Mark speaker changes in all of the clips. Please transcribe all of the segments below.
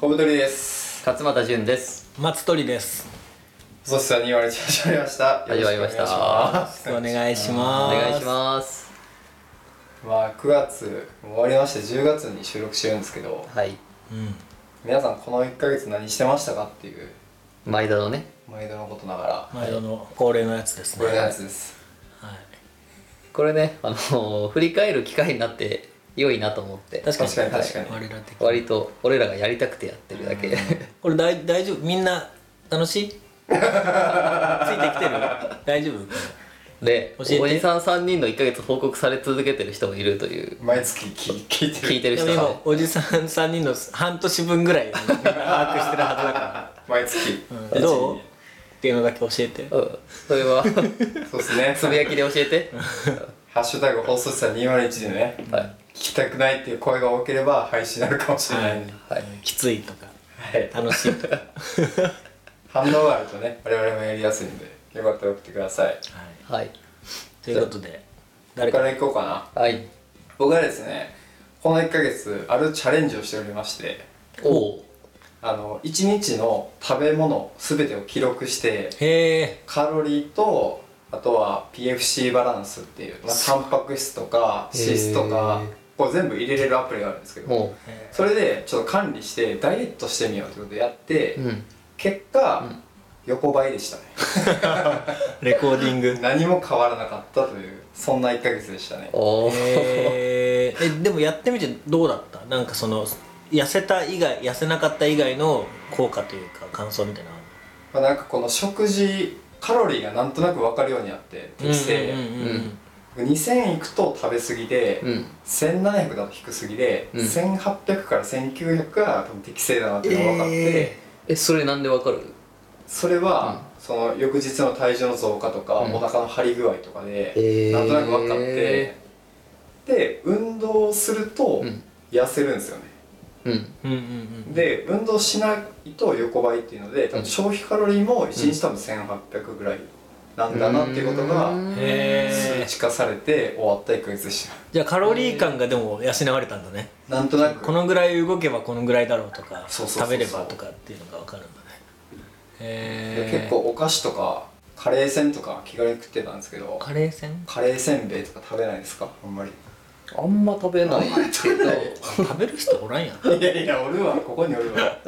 Speaker 1: 小太りです
Speaker 2: 勝俣潤です。
Speaker 3: 松鳥です。
Speaker 1: 細瀬さんに言われて始まりました
Speaker 2: 始まりました
Speaker 1: よろくお願いし
Speaker 2: お
Speaker 3: お願いします。
Speaker 2: 願いします。
Speaker 1: すまあ9月終わりまして10月に収録してるんですけど
Speaker 2: はい。
Speaker 3: す。うん。
Speaker 1: 皆さんこの1ヶ月何してましたかっていう
Speaker 2: 毎度のね。
Speaker 1: 毎度のことながら
Speaker 3: 毎度の恒例のやつですね。
Speaker 1: これのやつです
Speaker 3: はい。
Speaker 2: これね、あのー振り返る機会になって良いなと思って。
Speaker 3: 確かに
Speaker 1: 確かに確かに
Speaker 3: 我ら的に。
Speaker 2: 割と俺らがやりたくてやってるだけ。
Speaker 3: これ大大丈夫みんな楽しい？ついてきてる？大丈夫？
Speaker 2: で、
Speaker 3: 教えて
Speaker 2: おじさん3人の1ヶ月報告され続けてる人もいるという、
Speaker 1: 毎月聞聞いてる
Speaker 2: 聞いてる
Speaker 3: で
Speaker 2: 人
Speaker 3: も
Speaker 2: が
Speaker 3: 今おじさん三人の半年分ぐらい把握してるはずだか
Speaker 1: 毎月、
Speaker 3: ら。どう？っていうのだけ教えて。
Speaker 2: うん。それは、
Speaker 1: そうですね
Speaker 2: つぶやきで教えて。
Speaker 1: ハッシュタグ放送さん201でね、
Speaker 2: はい。
Speaker 1: 聞きたくないっていう声が多ければ配信になるかもしれないんで、
Speaker 2: はい。
Speaker 3: きついとか
Speaker 1: はい
Speaker 3: 楽しいとか。はい。
Speaker 1: 反応があるとね我々もやりやすいんでよかったら送ってください
Speaker 2: はい。
Speaker 3: ということで
Speaker 1: 誰
Speaker 3: 誰
Speaker 1: か
Speaker 3: から
Speaker 1: 行こうかな
Speaker 2: はい。
Speaker 1: 僕はですねこの1ヶ月あるチャレンジをしておりまして
Speaker 2: おお。
Speaker 1: あの1日の食べ物全てを記録して
Speaker 3: へえ。
Speaker 1: カロリーとあとは PFC バランスっていう、まあ、タンパク質とか
Speaker 2: へー
Speaker 1: 脂質とかこう全部入れれるアプリがあるんですけど
Speaker 2: も
Speaker 1: それでちょっと管理してダイエットしてみようってことでやって
Speaker 2: う。うん。
Speaker 1: 結果
Speaker 2: ん
Speaker 1: 横ばいでしたね
Speaker 3: レコーディング。
Speaker 1: 何も変わらなかったというそんな1ヶ月でしたね
Speaker 2: おお。
Speaker 3: えーえでもやってみてどうだったなんかその痩せた以外痩せなかった以外の効果というか感想みたいなの
Speaker 1: ま
Speaker 3: あ
Speaker 1: あ、なんかこの食事カロリーがなんとなく分かるようになって
Speaker 3: る
Speaker 1: 適正、
Speaker 2: うん
Speaker 1: 2000いくと食べ過ぎで、
Speaker 2: うん。
Speaker 1: 1700だと低すぎで、
Speaker 2: うん
Speaker 1: 1800から1900が多分適正だなっていうのが分かって、
Speaker 2: え、それなんでわかる
Speaker 1: それは、その翌日の体重の増加とか、
Speaker 2: うん
Speaker 1: お腹の張り具合とかで、
Speaker 2: えー
Speaker 1: なんとなく分かってで運動をすると
Speaker 2: うん
Speaker 1: 痩せるんですよね、
Speaker 2: うん。
Speaker 3: うんうんうん
Speaker 1: で運動しないと横ばいっていうので多
Speaker 2: うん
Speaker 1: 分消費カロリーも1日多分1800ぐらいなんだなっていうことが
Speaker 2: うん
Speaker 3: へ
Speaker 1: 数
Speaker 3: え
Speaker 1: 値化されて終わった1ヶ月でした
Speaker 3: じゃあカロリー感がでも養われたんだね
Speaker 1: なんとなく
Speaker 3: このぐらい動けばこのぐらいだろうとか
Speaker 1: そうそうそうそう
Speaker 3: 食べればとかっていうのが分かるんだねへえ
Speaker 1: 結構お菓子とかカレーせんとか気軽に食ってたんですけど
Speaker 3: カレー戦
Speaker 1: カレーせんべいとか食べないですかあんまり
Speaker 2: あんま食べないけど
Speaker 3: 食べる人おら んやん
Speaker 1: いやいやおるわここにおるわ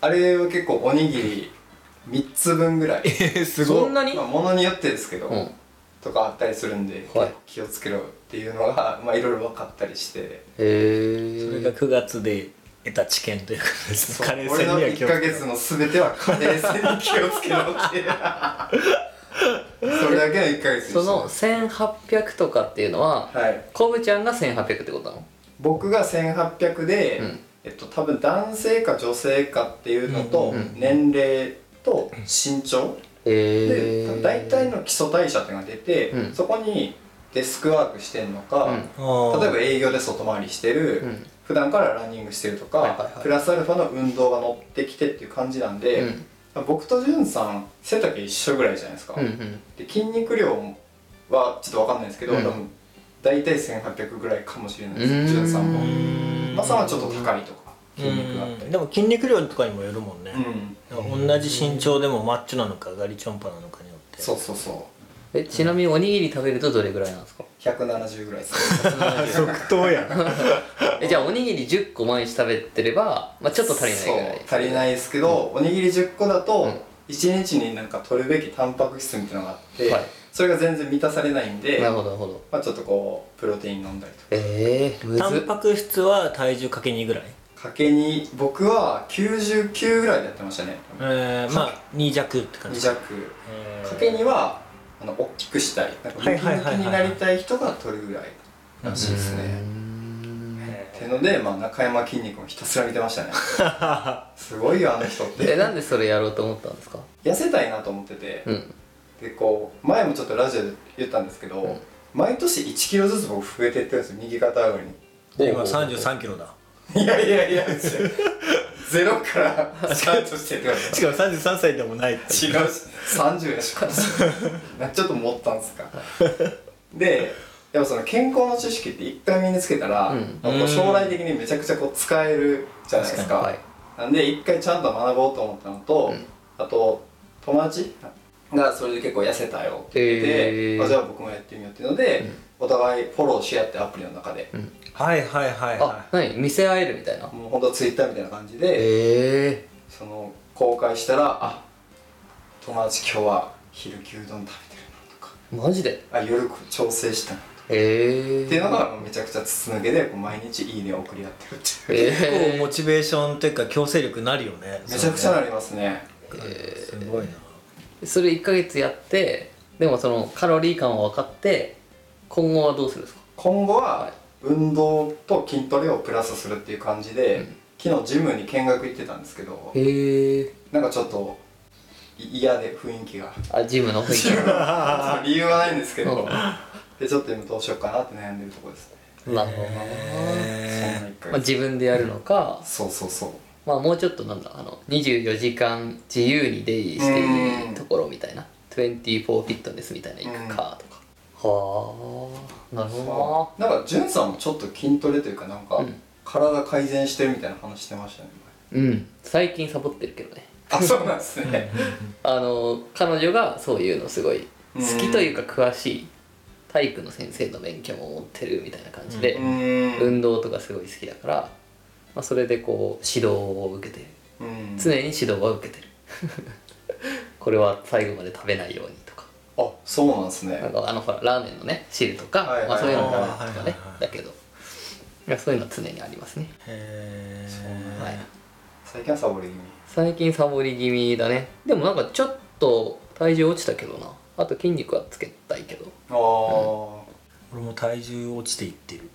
Speaker 1: あれは結構おにぎり3つ分ぐらい
Speaker 3: えす
Speaker 2: そんなに
Speaker 1: まあ、ものによってですけど、
Speaker 2: うん
Speaker 1: とかあったりするんで、
Speaker 2: はい
Speaker 1: 気をつけろっていうのがまあいろいろ分かったりして
Speaker 2: へえ
Speaker 3: それが9月で得た知見というかです
Speaker 1: そ
Speaker 3: ね
Speaker 1: う
Speaker 3: カレー
Speaker 1: 俺
Speaker 3: 戦
Speaker 1: の
Speaker 3: には
Speaker 1: 1
Speaker 3: 気をつ
Speaker 1: ヶ
Speaker 3: け
Speaker 1: 月の全てはカレーせんに気をつけろって それだけは1ヶ月でした
Speaker 2: その1800とかっていうのは
Speaker 1: はい
Speaker 2: コブちゃんが1800ってことなの
Speaker 1: 僕が1800で、
Speaker 2: うん
Speaker 1: えっと、多分男性か女性かっていうのと、
Speaker 2: うんうんうん
Speaker 1: 年齢と身長、
Speaker 2: へ
Speaker 1: で
Speaker 2: え
Speaker 1: 大体の基礎代謝っていうのが出て、
Speaker 2: うん
Speaker 1: そこにデスクワークしてんのか、
Speaker 2: うん
Speaker 1: 例えば
Speaker 3: ば
Speaker 1: 営業で外回りしてる、
Speaker 2: うん
Speaker 1: 普段からランニングしてるとか、
Speaker 2: はいはいはい
Speaker 1: プラスアルファの運動が乗ってきてっていう感じなんで、
Speaker 2: うん
Speaker 1: 僕とじゅんさん背丈一緒ぐらいじゃないですか、
Speaker 2: うんうん
Speaker 1: で筋肉量はちょっと分かんないですけど、
Speaker 2: うん
Speaker 1: 多分大体1800ぐらいかもしれないうです、じゅんさんも。
Speaker 2: ーん
Speaker 1: まあ、さはちょっと高いとか筋肉があったり
Speaker 3: でも筋肉量とかにもよるもんね、
Speaker 1: うん
Speaker 3: 同じ身長でもマッチョなのかガリチョンパなのかによって
Speaker 1: そうそうそう
Speaker 2: えちなみにおにぎり食べるとどれぐらいなんですか
Speaker 1: 170ぐらいですね
Speaker 3: 即答やん
Speaker 2: えじゃあおにぎり10個毎日食べてれば、 まあ、ちょっと足りないぐらい
Speaker 1: そう足りないですけど、おにぎり10個だ
Speaker 2: う
Speaker 1: と
Speaker 2: ん
Speaker 1: 1日になんか取るべきタンパク質みたいなのがあって、
Speaker 2: はい
Speaker 1: それが全然満たされないんで
Speaker 2: なるほどなるほど
Speaker 1: まあ、ちょっとこうプロテイン飲んだりと
Speaker 2: ええー、む
Speaker 3: タン
Speaker 2: ず
Speaker 3: パク質は体重かけ2ぐらい
Speaker 1: かかけに僕は99ぐらいでやってましたね
Speaker 3: えー、まあ2弱って感
Speaker 1: 2
Speaker 3: じ
Speaker 1: 弱
Speaker 3: えー
Speaker 1: かけにはあの大きくしたいなんかムキムキになりたい人が取るぐらいらしいですね、
Speaker 2: うーん
Speaker 1: ってので、まあ、中山筋肉もひたすら見てま したねすごいよあの人っ
Speaker 2: え
Speaker 1: て
Speaker 2: なんでそれやろうと思ったんですか
Speaker 1: 痩せたいなと思ってて、
Speaker 2: うん
Speaker 1: でこう前もちょっとラジオで言ったんですけど、
Speaker 2: うん
Speaker 1: 毎年1キロずつ僕増えてってるんですよ右肩上がり
Speaker 3: 今3 3キロだ
Speaker 1: にいやいやいやゼロからスタートしてってます
Speaker 3: しかも33歳でもないって
Speaker 1: 違うし30やしかなちょっと持ったんですかでやっぱその健康の知識って一回身につけたら、
Speaker 2: うん
Speaker 1: まあこう将来的にめちゃくちゃこう使えるじゃないですか
Speaker 2: 確かにはい
Speaker 1: なんで一回ちゃんと学ぼうと思ったのと、あと友達がそれで結構痩せたよって言ってて、
Speaker 2: へー
Speaker 1: あじゃあ僕もやってみようっていうので、お互いフォローし合ってアプリの中で、
Speaker 3: はいはいはい
Speaker 2: あ
Speaker 3: は
Speaker 2: 何見せ合えるみたいな
Speaker 1: もうほんとツイッターみたいな感じで、
Speaker 2: え
Speaker 1: その公開したらあ友達今日は昼牛丼食べてるなとか
Speaker 2: ー、マジで
Speaker 1: あ夜調整したな
Speaker 2: えー、
Speaker 1: っていうのがめちゃくちゃ筒抜けでこう毎日いいねを送り合ってるっていう、
Speaker 2: え
Speaker 3: い結構
Speaker 2: ー
Speaker 3: モチベーションというか強制力なるよね
Speaker 1: めちゃくちゃなりますね
Speaker 3: それねすごいな
Speaker 2: それ1ヶ月やってでもそのカロリー感は分かって今後はどうするんですか
Speaker 1: 今後は運動と筋トレをプラスするっていう感じで、昨日ジムに見学行ってたんですけど
Speaker 2: へえ
Speaker 1: なんかちょっとい嫌で雰囲気が
Speaker 2: あジムの雰囲気が
Speaker 1: 理由はないんですけ
Speaker 2: う
Speaker 1: ど
Speaker 2: ん
Speaker 1: でちょっと今どうしようかなって悩んでるところですね、
Speaker 2: なるほどな、
Speaker 1: そんな一
Speaker 2: まあ、
Speaker 1: 回
Speaker 2: 自分でやるのか、
Speaker 1: そうそうそう
Speaker 2: まあもうちょっとなんだあの24時間自由に出入りしていいところみたいな24フィットネスみたいな行くかとか、はあなるほ
Speaker 1: なんかんさんもちょっと筋トレというかなんか
Speaker 2: ん
Speaker 1: 体改善してるみたいな話してましたね
Speaker 2: どなうん最近サボってるけどね
Speaker 1: 前あそうなんですね
Speaker 2: あの彼女がそういうのすごい好きというか詳しい体育の先生の免許も持ってるみたいな感じで、
Speaker 1: うーん
Speaker 2: 運動とかすごい好きだから、まあ、それでこう指導を受けてる
Speaker 1: うん
Speaker 2: 常に指導は受けてる これは最後まで食べないようにとか
Speaker 1: あそうなんです
Speaker 2: な
Speaker 1: ね
Speaker 2: んかあのほらラーメンのね汁とか、
Speaker 1: はいはい
Speaker 2: まあ、そういうのがあるとかね、
Speaker 3: はいはいはい
Speaker 2: だけどいやそういうのは常にありますね、
Speaker 3: へえ
Speaker 2: はい、
Speaker 1: 最近はサボり気味
Speaker 2: 最近サボり気味だねでもなんかちょっと体重落ちたけどなあと筋肉はつけたいけど
Speaker 1: ああ、
Speaker 3: 俺も体重落ちていってる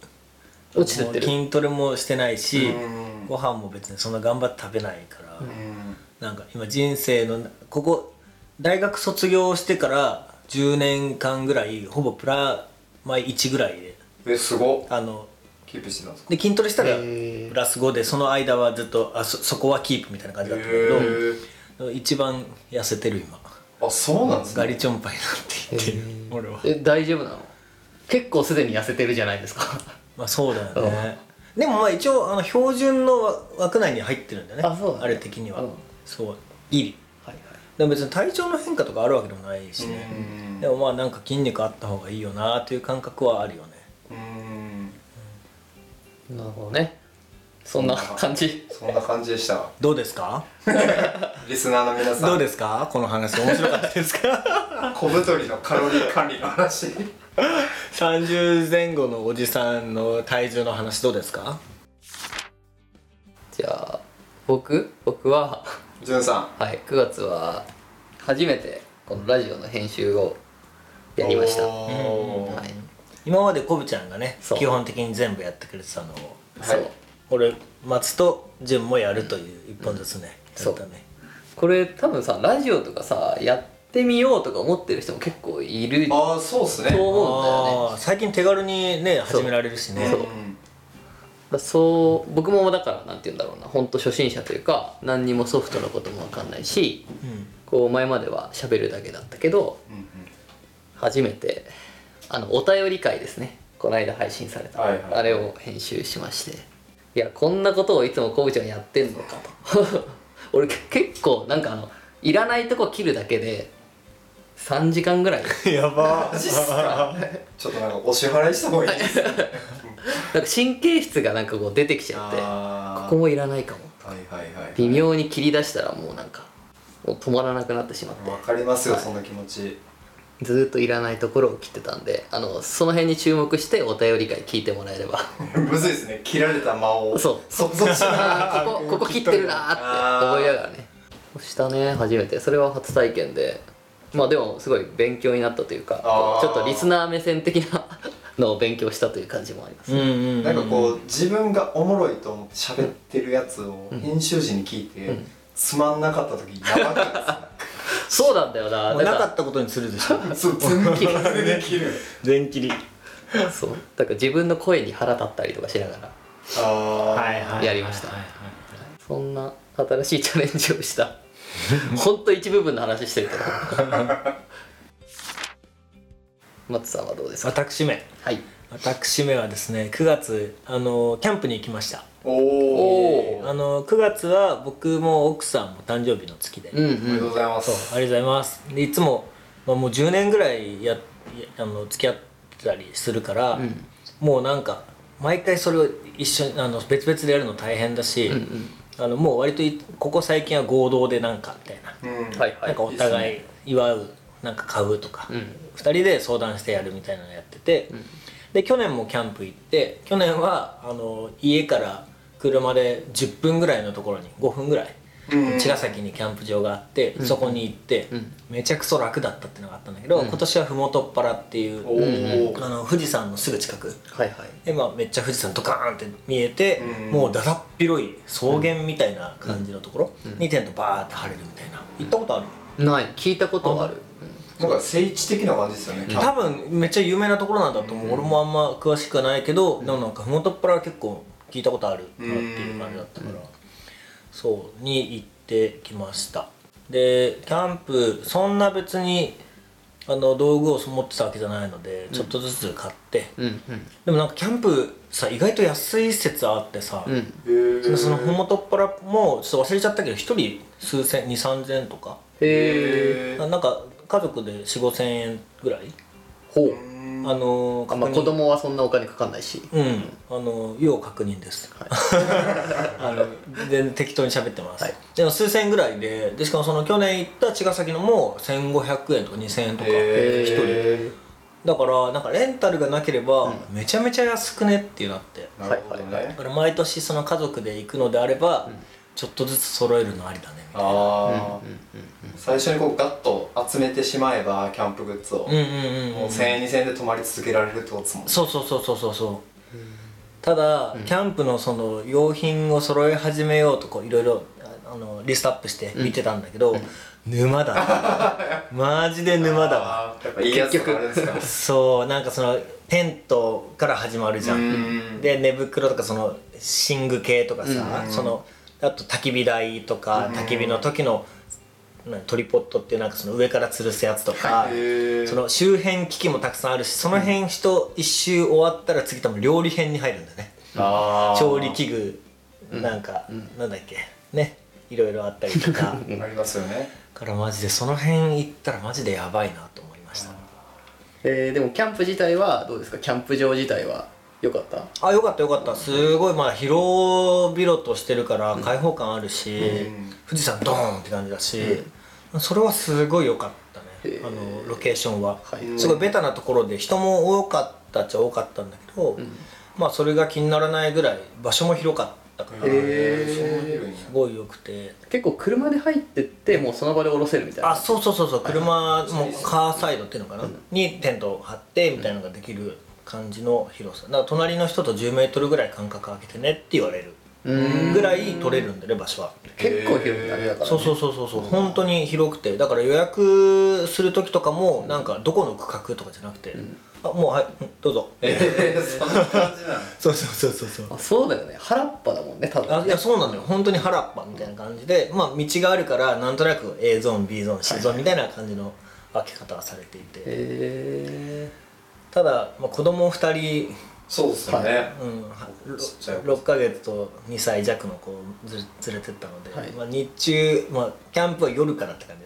Speaker 2: 落ちてってる
Speaker 3: もう筋トレもしてないし、
Speaker 1: うん
Speaker 3: ご飯も別にそんな頑張って食べないから、
Speaker 1: うん
Speaker 3: なんか今人生のここ大学卒業してから10年間ぐらいほぼプラマイ1ぐらいで
Speaker 1: えすごっ
Speaker 3: あの
Speaker 1: キープしてたんですか
Speaker 3: で筋トレしたら
Speaker 2: へー
Speaker 3: プラス5でその間はずっとあそそこはキープみたいな感じだったんだ
Speaker 1: へ
Speaker 3: け
Speaker 1: ー
Speaker 3: ど一番痩せてる今
Speaker 1: あそうなんです
Speaker 3: ガ
Speaker 1: ね
Speaker 3: リチョンパイになっていってる俺は、
Speaker 2: え大丈夫なの結構すでに痩せてるじゃないですか
Speaker 3: まあそうだよねでもまあ一応あの標準の枠内に入ってるんだよね
Speaker 2: あそうだね
Speaker 3: れ的には、
Speaker 2: うん
Speaker 3: そうギリ
Speaker 2: はいはい
Speaker 3: でも別に体調の変化とかあるわけでもないしね、
Speaker 1: うん
Speaker 3: でもまあなんか筋肉あった方がいいよなという感覚はあるよね
Speaker 1: うん
Speaker 2: なるほどねそんな感じ
Speaker 1: そんな感じでした
Speaker 3: どうですか
Speaker 1: リスナーの皆さ
Speaker 3: どうんですかこの話面白かったです か
Speaker 1: 小太りのカロリー管理の 話
Speaker 3: 30前後のおじさんの体重の話どうですか
Speaker 2: じゃあ僕僕は
Speaker 1: じゅんさ
Speaker 2: はい、9月は初めてこのラジオの編集を
Speaker 1: ん
Speaker 2: やりました。は
Speaker 1: おー
Speaker 2: い、
Speaker 3: 今までコブちゃんがね
Speaker 2: そう
Speaker 3: 基本的に全部やってくれてたのを
Speaker 2: そう
Speaker 3: 俺松と潤もやるという一本ずつね、
Speaker 2: うん
Speaker 3: やったね
Speaker 2: これ多分さラジオとかさやってみようとか思ってる人も結構いると
Speaker 1: ああそうっすね
Speaker 2: 思うんだよ
Speaker 3: あ
Speaker 2: ね
Speaker 3: ー最近手軽にね始められるしね
Speaker 2: そう
Speaker 1: うん
Speaker 2: だ。そう僕もだからなんて言うんだろうな本当初心者というか何にもソフトのことも分かんないし
Speaker 3: うん
Speaker 2: こう前までは喋るだけだったけど
Speaker 1: うん
Speaker 2: 初めてあのお便り会ですねこの間配信された、
Speaker 1: はいはい
Speaker 2: あれを編集しましていやこんなことをいつもこぶちゃんやってんのかと 俺け結構なんかあのいらないとこ切るだけで3時間ぐ らい
Speaker 3: やば
Speaker 1: マジっす かちょっとなんかお支払いした方がいいですね
Speaker 2: なんか神経質がなんかこう出てきちゃって
Speaker 1: あ
Speaker 2: こ
Speaker 1: ー
Speaker 2: こもいらないかも
Speaker 1: はいはいはい
Speaker 2: 微妙に切り出したらもうなんかもう止まらなくなってしまって
Speaker 1: わかりますよ
Speaker 2: はい
Speaker 1: その気持ち
Speaker 2: ずーっといらないところを切ってたんであのその辺に注目してお便り会聞いてもらえれば
Speaker 1: むずいですね切られた間を
Speaker 2: そう
Speaker 1: そそっちな
Speaker 2: あーここここ切ってるなーって思いながらねしたね初めてそれは初体験でまあでもすごい勉強になったというか
Speaker 1: あー
Speaker 2: ちょっとリスナー目線的なのを勉強したという感じもあります、
Speaker 3: うんうんうん
Speaker 1: なんかこう自分がおもろいと思って喋ってるやつを編集時に聞いて、つまんなかった時やばかった
Speaker 2: そうなんだよな
Speaker 3: もうな
Speaker 2: だ
Speaker 3: か
Speaker 2: か
Speaker 3: ったことにするで しょ
Speaker 1: っすねそう全部切る全部切る
Speaker 3: 全切り
Speaker 2: らそうだから自分の声に腹立ったりとかしながら
Speaker 1: ああ
Speaker 2: いやりましたそんな新しいチャレンジをした ほんと一部分の話してるけど 松さんはどうですか
Speaker 3: 私め
Speaker 2: はい
Speaker 3: 私めはですね9月あのキャンプに行きました
Speaker 1: お
Speaker 2: お
Speaker 1: お
Speaker 3: あの9月は僕も奥さんも誕生日の月で、
Speaker 2: うん
Speaker 1: おめで
Speaker 2: う
Speaker 1: とうんございま
Speaker 3: そう
Speaker 1: す
Speaker 3: ありがとうございますでいつも、まあ、もう10年ぐらいややあの付き合ってたりするから、
Speaker 2: うん
Speaker 3: もうなんか毎回それを一緒にあの別々でやるの大変だし、
Speaker 2: うんうん
Speaker 3: あのもう割といここ最近は合同でなんかみたいな、
Speaker 1: うん
Speaker 2: はいは
Speaker 3: なん
Speaker 2: い
Speaker 3: かお互い祝うなんか買うとか、
Speaker 2: う
Speaker 3: 二
Speaker 2: ん
Speaker 3: 人で相談してやるみたいなのやってて、
Speaker 2: ん
Speaker 3: で去年もキャンプ行って去年はあの家から車で10分ぐらいのところに5分ぐらい
Speaker 1: うん
Speaker 3: 茅ヶ崎にキャンプ場があって、そこに行って、
Speaker 2: うん
Speaker 3: めちゃくそ楽だったっていうのがあったんだけど、
Speaker 2: うん
Speaker 3: 今年は麓っ腹っていう、
Speaker 1: おお
Speaker 3: あの富士山のすぐ近く
Speaker 2: はいはい
Speaker 3: で、まあ、めっちゃ富士山ドカーンって見えて、
Speaker 1: うん
Speaker 3: もうだだっ広い草原みたいな感じのところにテントバーって張れるみたいな行ったことある、
Speaker 2: ない聞いたことはある
Speaker 1: なんか聖地的な感じですよねキャンプ
Speaker 3: 多分めっちゃ有名なところなんだと思う、俺もあんま詳しくはないけど、でもなんか麓っ腹は結構聞いたことあるなっていう感じだったから、そうに行ってきましたでキャンプそんな別にあの道具を持ってたわけじゃないのでちょっとずつ買って、
Speaker 2: うんうん
Speaker 3: でもなんかキャンプさ意外と安い説あってさ、
Speaker 2: うんうん
Speaker 1: へ
Speaker 3: で
Speaker 1: え
Speaker 3: その麓っ腹もちょっと忘れちゃったけど一人数千二三千とか
Speaker 1: へ
Speaker 2: へえ
Speaker 1: え
Speaker 3: ななんか家族で四五千円ぐらい
Speaker 2: ほう
Speaker 1: うん
Speaker 3: あのー
Speaker 2: あんま
Speaker 3: 確認
Speaker 2: 子供はそんなお金かかんないし
Speaker 3: うん、あの要確認です、
Speaker 2: はい
Speaker 3: あの全然適当に喋ってます、
Speaker 2: はい
Speaker 3: でも数千円ぐらいででしかもその去年行った茅ヶ崎のも1500円とか2000円とか
Speaker 1: へ
Speaker 3: 一人
Speaker 1: え
Speaker 3: だからなんかレンタルがなければめちゃめちゃ安くねっていうなって、
Speaker 1: なるほど
Speaker 2: はいは
Speaker 1: ね
Speaker 3: だから毎年その家族で行くのであれば、ちょっとずつ揃えるのありだね
Speaker 1: ああ最初にこうガッと集めてしまえばキャンプグッズを
Speaker 3: うんうんうん、
Speaker 1: もう1000円2000円で泊まり続けられるってことですもんね
Speaker 3: そうそうそうそうそうそうただ、キャンプのその用品を揃え始めようとこういろいろああのリストアップして見てたんだけど、沼 だマジで沼だわ
Speaker 1: あーやっぱいいやつとかあるんです か
Speaker 3: そうなんかそのテントから始まるじゃ
Speaker 1: うん
Speaker 3: んで寝袋とかその寝具系とかさ、
Speaker 1: うん
Speaker 3: そのあと焚き火台とか、焚き火の時のなトリポットっていうなんかその上から吊るすやつとか、
Speaker 1: へー
Speaker 3: その周辺機器もたくさんあるしその辺人一周終わったら次多分料理編に入るんだよね
Speaker 1: あー
Speaker 3: 調理器具なんか、なんだっけねいろいろあったりとか
Speaker 1: あ
Speaker 3: だ
Speaker 1: りますよね
Speaker 3: からマジでその辺行ったらマジでやばいなと思いました
Speaker 2: えーでもキャンプ自体はどうですかキャンプ場自体は良かった
Speaker 3: あよかったよかったすごいまあ広々としてるから開放感あるし、
Speaker 1: うん
Speaker 3: 富士山ドーンって感じだし、それはすごい良かったね
Speaker 2: へー
Speaker 3: あのロケーションは、
Speaker 2: はい
Speaker 3: すごいベタなところで人も多かったっちゃ多かったんだけど、まあそれが気にならないぐらい場所も広かったから、
Speaker 2: へー
Speaker 1: そういうのに
Speaker 3: すごい良くて
Speaker 2: 結構車で入ってってもうその場で降ろせるみたいな
Speaker 3: あそうそうそうそう車もカーサイドっていうのかな、にテントを張ってみたいなのができる感じの広さだから隣の人と1 0メートルぐらい間隔空けてねって言われる
Speaker 2: うん
Speaker 3: ぐらい取れるんだよね場所は
Speaker 2: 結構広いんだねだからね
Speaker 3: そうそうそうそうそう本当に広くてだから予約する時とかもなんかどこの区画とかじゃなくて、あもうはいうんどうぞ
Speaker 1: えーそんな感じなの
Speaker 3: そうそうそうそうそう
Speaker 2: あそうだよね原っぱだもんねただ
Speaker 3: あいやそうなのよ本当に原っぱみたいな感じで、まあ、道があるからなんとなく A ゾーン B ゾーン C ゾーンみたいな感じの分け方がされていて、
Speaker 2: へ
Speaker 3: ただ、まあ、子供2人、
Speaker 1: そうですよね
Speaker 3: うん、
Speaker 1: ちっちゃい子
Speaker 3: 6ヶ月と2歳弱の子をず連れてったので、
Speaker 2: はい
Speaker 3: まあ、日中、まあ、キャンプは夜からって感じ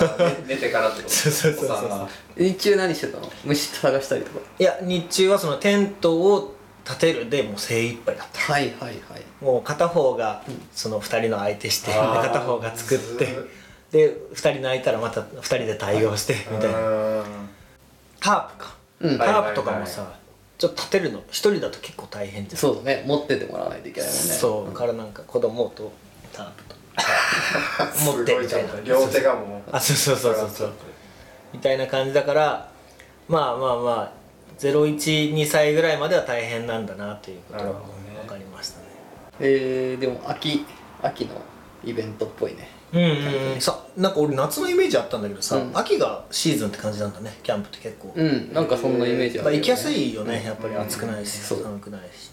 Speaker 3: だった
Speaker 1: 寝てからってこと
Speaker 3: そうそうそうそう
Speaker 1: お子さんが
Speaker 2: え日中何してたの虫探したりとか
Speaker 3: いや日中はそのテントを立てるでもう精一杯だった
Speaker 2: はいはいはい
Speaker 3: もう片方がその2人の相手して、で
Speaker 1: あー
Speaker 3: 片方が作って
Speaker 1: ず
Speaker 3: で2人泣いたらまた2人で対応してみたいな、タープか、
Speaker 2: うん
Speaker 3: タープとかもさ、
Speaker 1: は
Speaker 3: ちょっと立てるの1人だと結構大変じゃん
Speaker 2: そうだね持ってってもらわないといけないもんね
Speaker 3: そう、からなんか子供とタープと持って
Speaker 1: すご
Speaker 3: み
Speaker 1: い
Speaker 3: た
Speaker 1: ちゃ
Speaker 3: い
Speaker 1: ん
Speaker 3: な
Speaker 1: と両手がもう
Speaker 3: あそうそうそうそうそうみたいな感じだからまあまあまあ012歳ぐらいまでは大変なんだなということ
Speaker 1: な
Speaker 3: が
Speaker 1: るほどね
Speaker 3: 分かりましたね
Speaker 2: えー、でも秋秋のイベントっぽいね
Speaker 3: うんうん、うん、さなんか俺夏のイメージあったんだけどさ、
Speaker 2: うん
Speaker 3: 秋がシーズンって感じなんだねキャンプって結構、
Speaker 2: うんなんかそんなイメージあ
Speaker 3: まあ、
Speaker 2: るよね
Speaker 3: 行きやすいよねやっぱり暑くないし、
Speaker 2: そう
Speaker 3: 寒くないし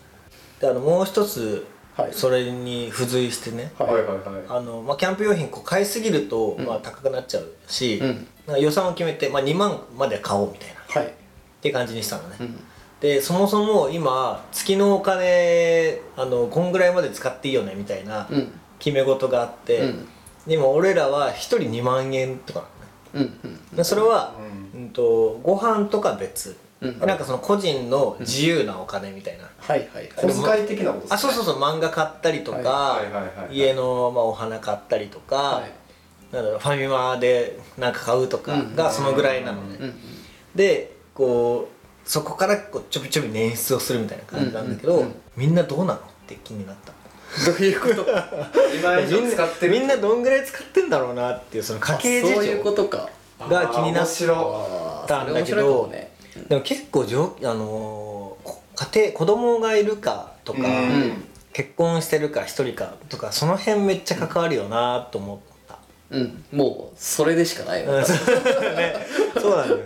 Speaker 3: であのもう一つ、
Speaker 2: はい
Speaker 3: それに付随してね、
Speaker 1: はいはいは
Speaker 3: あのまあ、キャンプ用品こう買いすぎると、まあ、高くなっちゃうし、
Speaker 2: うん
Speaker 3: なんか予算を決めて、まあ、2万まで買おうみたいな
Speaker 2: は
Speaker 3: っ
Speaker 2: い
Speaker 3: ていう感じにしたのね、
Speaker 2: うん
Speaker 3: でそもそも今月のお金あのこんぐらいまで使っていいよねみたいな
Speaker 2: うん
Speaker 3: 決め事があって、
Speaker 2: うん
Speaker 3: 今俺らは1人2万円とかなのね
Speaker 2: うんうん
Speaker 3: でそれは、
Speaker 1: う
Speaker 3: うん、とご飯とか別、
Speaker 2: うん
Speaker 3: なんかその個人の自由なお金みたいな、
Speaker 2: はいはいはい
Speaker 1: 小遣い的なこと
Speaker 3: あそうそうそう漫画買ったりとか、
Speaker 1: はいはいはいはい
Speaker 3: 家の、まあ、お花買ったりとか、
Speaker 2: はい
Speaker 3: なんだろうファミマでなんか買うとか
Speaker 2: うん
Speaker 3: がそのぐらいなのね、
Speaker 2: うんうん
Speaker 3: でこうそこからこうちょびちょび捻出をするみたいな感じなんだけど、
Speaker 2: うんうんうん
Speaker 3: みんなどうなのって気になった
Speaker 2: どういう ことあ
Speaker 1: 2万円以上使ってる
Speaker 3: みんなどんぐらい使ってんだろうなっていうその家
Speaker 2: そう
Speaker 3: 計事
Speaker 2: いうこ
Speaker 3: 情
Speaker 2: とか
Speaker 3: が気にな
Speaker 1: あー面
Speaker 3: っ
Speaker 1: 白
Speaker 2: あ
Speaker 3: た
Speaker 2: ーそ
Speaker 3: んだ
Speaker 2: れ面
Speaker 3: け
Speaker 2: 白いか
Speaker 3: ど
Speaker 2: もね
Speaker 3: でも結構じょあのーこ家庭子供がいるかとか、
Speaker 1: うん
Speaker 3: 結婚してるか一人かとかその辺めっちゃ関わるよなと思った、
Speaker 2: うんもうそれでしかないわ
Speaker 3: うんそうねそうなんだよね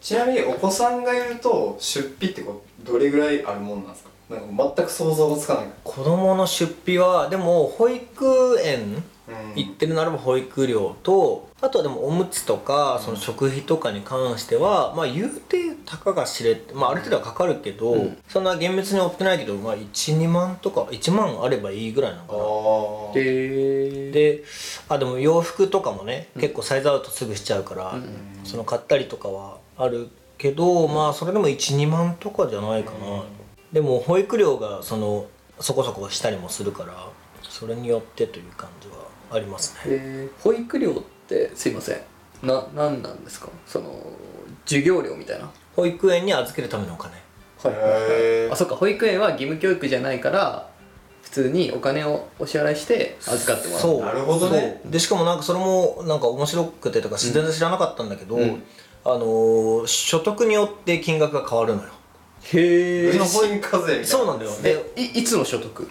Speaker 1: ちなみにお子さんがいると出費ってこうどれぐらいあるもんなんですかなんか全く想像がつかない
Speaker 3: 子供の出費はでも保育園
Speaker 1: うん
Speaker 3: 行ってるならば保育料とあとはでもおむつとかその食費とかに関してはまあ言うてたかが知れて、まあ、ある程度はかかるけど、
Speaker 2: うん
Speaker 3: そんな厳密に追ってないけど、まあ、12万とか1万あればいいぐらいなの
Speaker 1: あ
Speaker 3: かな
Speaker 1: ー
Speaker 2: へえ
Speaker 3: であでも洋服とかもね、結構サイズアウトすぐしちゃうから、
Speaker 2: うん
Speaker 3: その買ったりとかはあるけど、まあそれでも12万とかじゃないかな、でも保育料がそのそこそこしたりもするからそれによってという感じはありますね
Speaker 2: へー保育料ってすいませんな何なんですかその授業料みたいな
Speaker 3: 保育園に預けるためのお金
Speaker 1: へー
Speaker 2: あそっか保育園は義務教育じゃないから普通にお金をお支払いして預かってもらう
Speaker 3: そう
Speaker 1: なるほどね
Speaker 3: そうでしかもなんかそれもなんか面白くてとか全然知らなかったんだけど、
Speaker 2: うん
Speaker 3: あのー所得によって金額が変わるのよ
Speaker 2: へ
Speaker 1: 累進課税みたいな
Speaker 3: そうなんだよ
Speaker 2: え
Speaker 3: で
Speaker 2: いいつの所得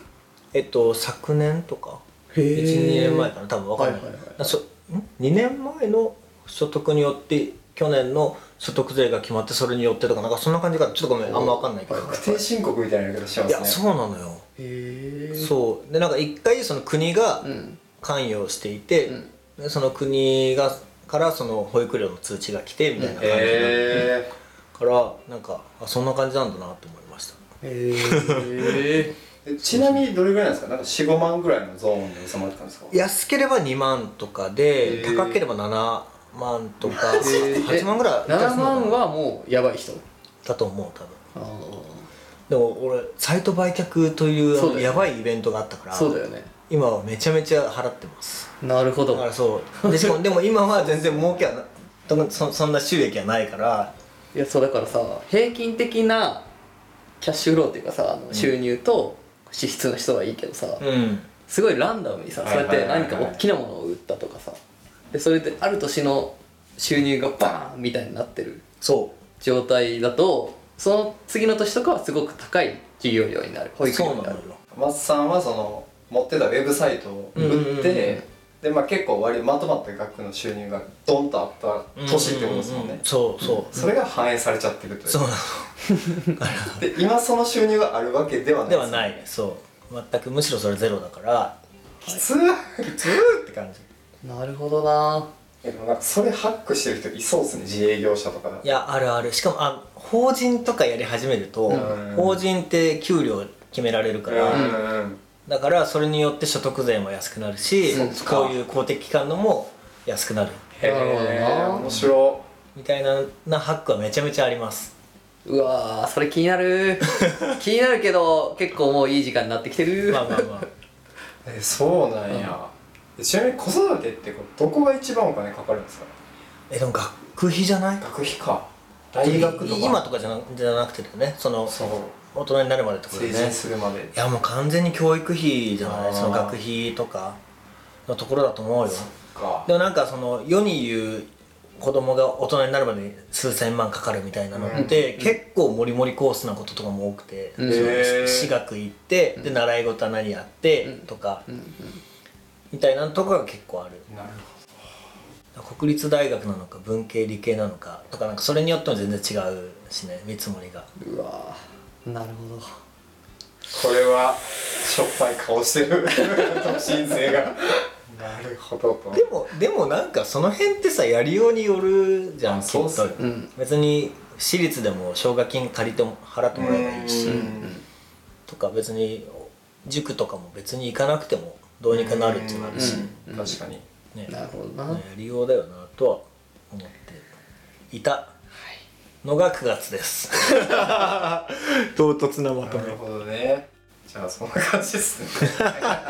Speaker 3: えっと昨年とか
Speaker 2: へー
Speaker 3: 12年前かな多分分かんない,、
Speaker 2: はいはいはい
Speaker 3: そん2年前の所得によって去年の所得税が決まってそれによってとかなんかそんな感じかなちょっとごめんあんま分かんないけど、
Speaker 2: はいはい
Speaker 1: 確定申告みたいなやり方してま
Speaker 3: い
Speaker 1: すね
Speaker 3: やそうなのよ、
Speaker 2: へえ
Speaker 3: そうでなんか一回その国が
Speaker 2: うん
Speaker 3: 関与していて、
Speaker 2: うん
Speaker 3: でその国がからその保育料の通知が来てみたいな感じだった
Speaker 1: へ
Speaker 3: からなんかあそんな感じなんだなと思いました
Speaker 2: へ え
Speaker 1: えちなみにどれぐらいなんですかなんか45万ぐらいのゾーンで収まってたんですか
Speaker 3: 安ければ2万とかで
Speaker 1: へー
Speaker 3: 高ければ7万とか8万ぐらいいたり
Speaker 2: 7
Speaker 3: するのかな
Speaker 2: 万はもうやばい人
Speaker 3: だと思う多分
Speaker 2: あ
Speaker 3: でも俺サイト売却というあ
Speaker 2: そう
Speaker 3: の
Speaker 2: だよね
Speaker 3: やばいイベントがあったから
Speaker 2: あそうだよね
Speaker 3: 今はめちゃめちゃ払ってます
Speaker 2: なるほ
Speaker 3: だ
Speaker 2: ど
Speaker 3: からそうでしかもでも今は全然儲けはなともそそんな収益はないから
Speaker 2: いやそうだからさ平均的なキャッシュフローっていうかさあの収入と支出の人はいいけどさ、
Speaker 3: うん
Speaker 2: すごいランダムにさ
Speaker 1: はい
Speaker 2: そう
Speaker 1: はい
Speaker 2: やっ
Speaker 1: はいは
Speaker 2: て
Speaker 1: い
Speaker 2: 何か大きなものを売ったとかさでそれである年の収入がバーンみたいになってる
Speaker 3: そ
Speaker 2: 状態だとその次の年とかはすごく高い授業料になる保
Speaker 3: う
Speaker 2: 育
Speaker 3: そ
Speaker 2: 料
Speaker 3: う
Speaker 2: に
Speaker 3: な
Speaker 2: な
Speaker 3: の
Speaker 2: る
Speaker 3: よ
Speaker 1: 松さんはその持ってたウェブサイトを
Speaker 3: うんうんうん
Speaker 1: 売ってでまあ結構割りまとまった額の収入がドンとあった年ってことですもん
Speaker 3: うう
Speaker 1: ね
Speaker 3: うそうそう
Speaker 1: それが反映されちゃってるとい
Speaker 3: そう
Speaker 1: う
Speaker 3: な
Speaker 1: で今その収入があるわけではな
Speaker 3: の
Speaker 1: い
Speaker 3: ではないそう全くむしろそれゼロだから
Speaker 1: きつっ
Speaker 3: きつーって感じ
Speaker 2: なるほどな
Speaker 1: でもなんかそれハックしてる人いそうですね自営業者とかだと
Speaker 3: いやあるあるしかもあ法人とかやり始めると、
Speaker 1: うん
Speaker 3: 法人って給料決められるから、
Speaker 1: うんうん
Speaker 3: だからそれによって所得税も安くなるし
Speaker 1: そっか
Speaker 3: こういう公的機関のも安くなる
Speaker 1: へ
Speaker 2: なる
Speaker 1: え
Speaker 2: ほどな
Speaker 1: 面白
Speaker 3: みたいななハックはめちゃめちゃあります
Speaker 2: うわーそれ気になる気になるけど結構もういい時間になってきてる、
Speaker 3: まあまあま あ
Speaker 1: えそうなんやでちなみに子育てってこうどこが一番お金かかるんですか
Speaker 3: えでも学費じゃない
Speaker 1: 学費か大学とか
Speaker 3: 今とかじゃなじゃなくてだよねその
Speaker 1: そう
Speaker 3: 大人になるまでってことか
Speaker 1: 成
Speaker 3: ね
Speaker 1: 人するまで
Speaker 3: いやもう完全に教育費じゃな
Speaker 1: あ
Speaker 3: い
Speaker 1: ー
Speaker 3: その学費とかのところだと思うよ
Speaker 1: か
Speaker 3: でもなんかその世に言う子供が大人になるまでに数千万かかるみたいなのって、結構モリモリコースなこととかも多くて、
Speaker 2: うん
Speaker 3: その
Speaker 1: へー
Speaker 3: 私学行って、で習い事は何やって、とか、
Speaker 2: うんうん
Speaker 3: みたいなとこが結構ある
Speaker 1: なる
Speaker 3: 国立大学なのか文系理系なのかとかなんかそれによっても全然違うしね見積もりが
Speaker 2: うわーなるほ
Speaker 1: ほ
Speaker 2: ど
Speaker 1: どこれはしょっぱい顔してる 特進生 がなるほどと
Speaker 3: でもでもなんかその辺ってさやりようによるじゃん
Speaker 1: あ
Speaker 3: きっ
Speaker 1: そうっす
Speaker 3: と
Speaker 1: ね
Speaker 2: うん
Speaker 3: 別に私立でも奨学金借りても払ってもらえばいいし、
Speaker 1: うん
Speaker 3: とか別に塾とかも別に行かなくてもどうにかなるってなるし、
Speaker 1: うん確かに
Speaker 3: ね
Speaker 2: なるほどな、
Speaker 3: ね利用だよなとは思っていたのが9月です。
Speaker 4: 唐突なまと
Speaker 1: な
Speaker 4: め
Speaker 1: るほどねじゃあそんな感じですね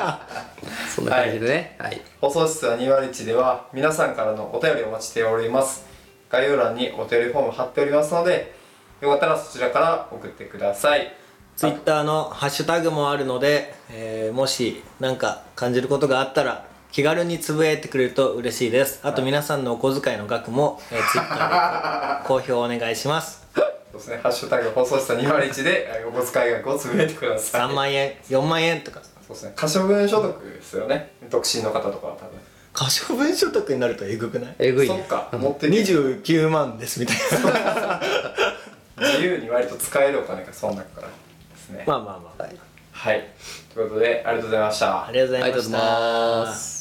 Speaker 2: そんな感じでねはい、
Speaker 1: 放送室は201では皆さんからのお便りをお待ちしております概要欄にお便りフォーム貼っておりますのでよかったらそちらから送ってください
Speaker 3: ツイッターのハッシュタグもあるので、えーもし何か感じることがあったら気軽につぶやいてくれると嬉しいですあと皆さんのお小遣いの額も、えー、ツイッターで公表お願いします
Speaker 1: そうですねハッシュタグ放送室は201でえーお小遣い額をつぶやいてください
Speaker 3: 3万円4万円とか
Speaker 1: そうですね可処分所得ですよね独身の方とかは多分
Speaker 3: 可処分所得になるとえぐくない
Speaker 2: えぐい
Speaker 1: そ
Speaker 2: ね
Speaker 1: っか
Speaker 2: うん
Speaker 1: 持ってる
Speaker 4: 29万ですみたい な
Speaker 1: 自由に割と使えるお金がその中からですね
Speaker 3: まあまあまあ
Speaker 1: はいということでありがとうございました
Speaker 3: ありがとうご
Speaker 2: あ
Speaker 3: ざ
Speaker 2: り
Speaker 3: い
Speaker 2: がとうご
Speaker 3: まし
Speaker 2: ざいま
Speaker 3: た
Speaker 2: す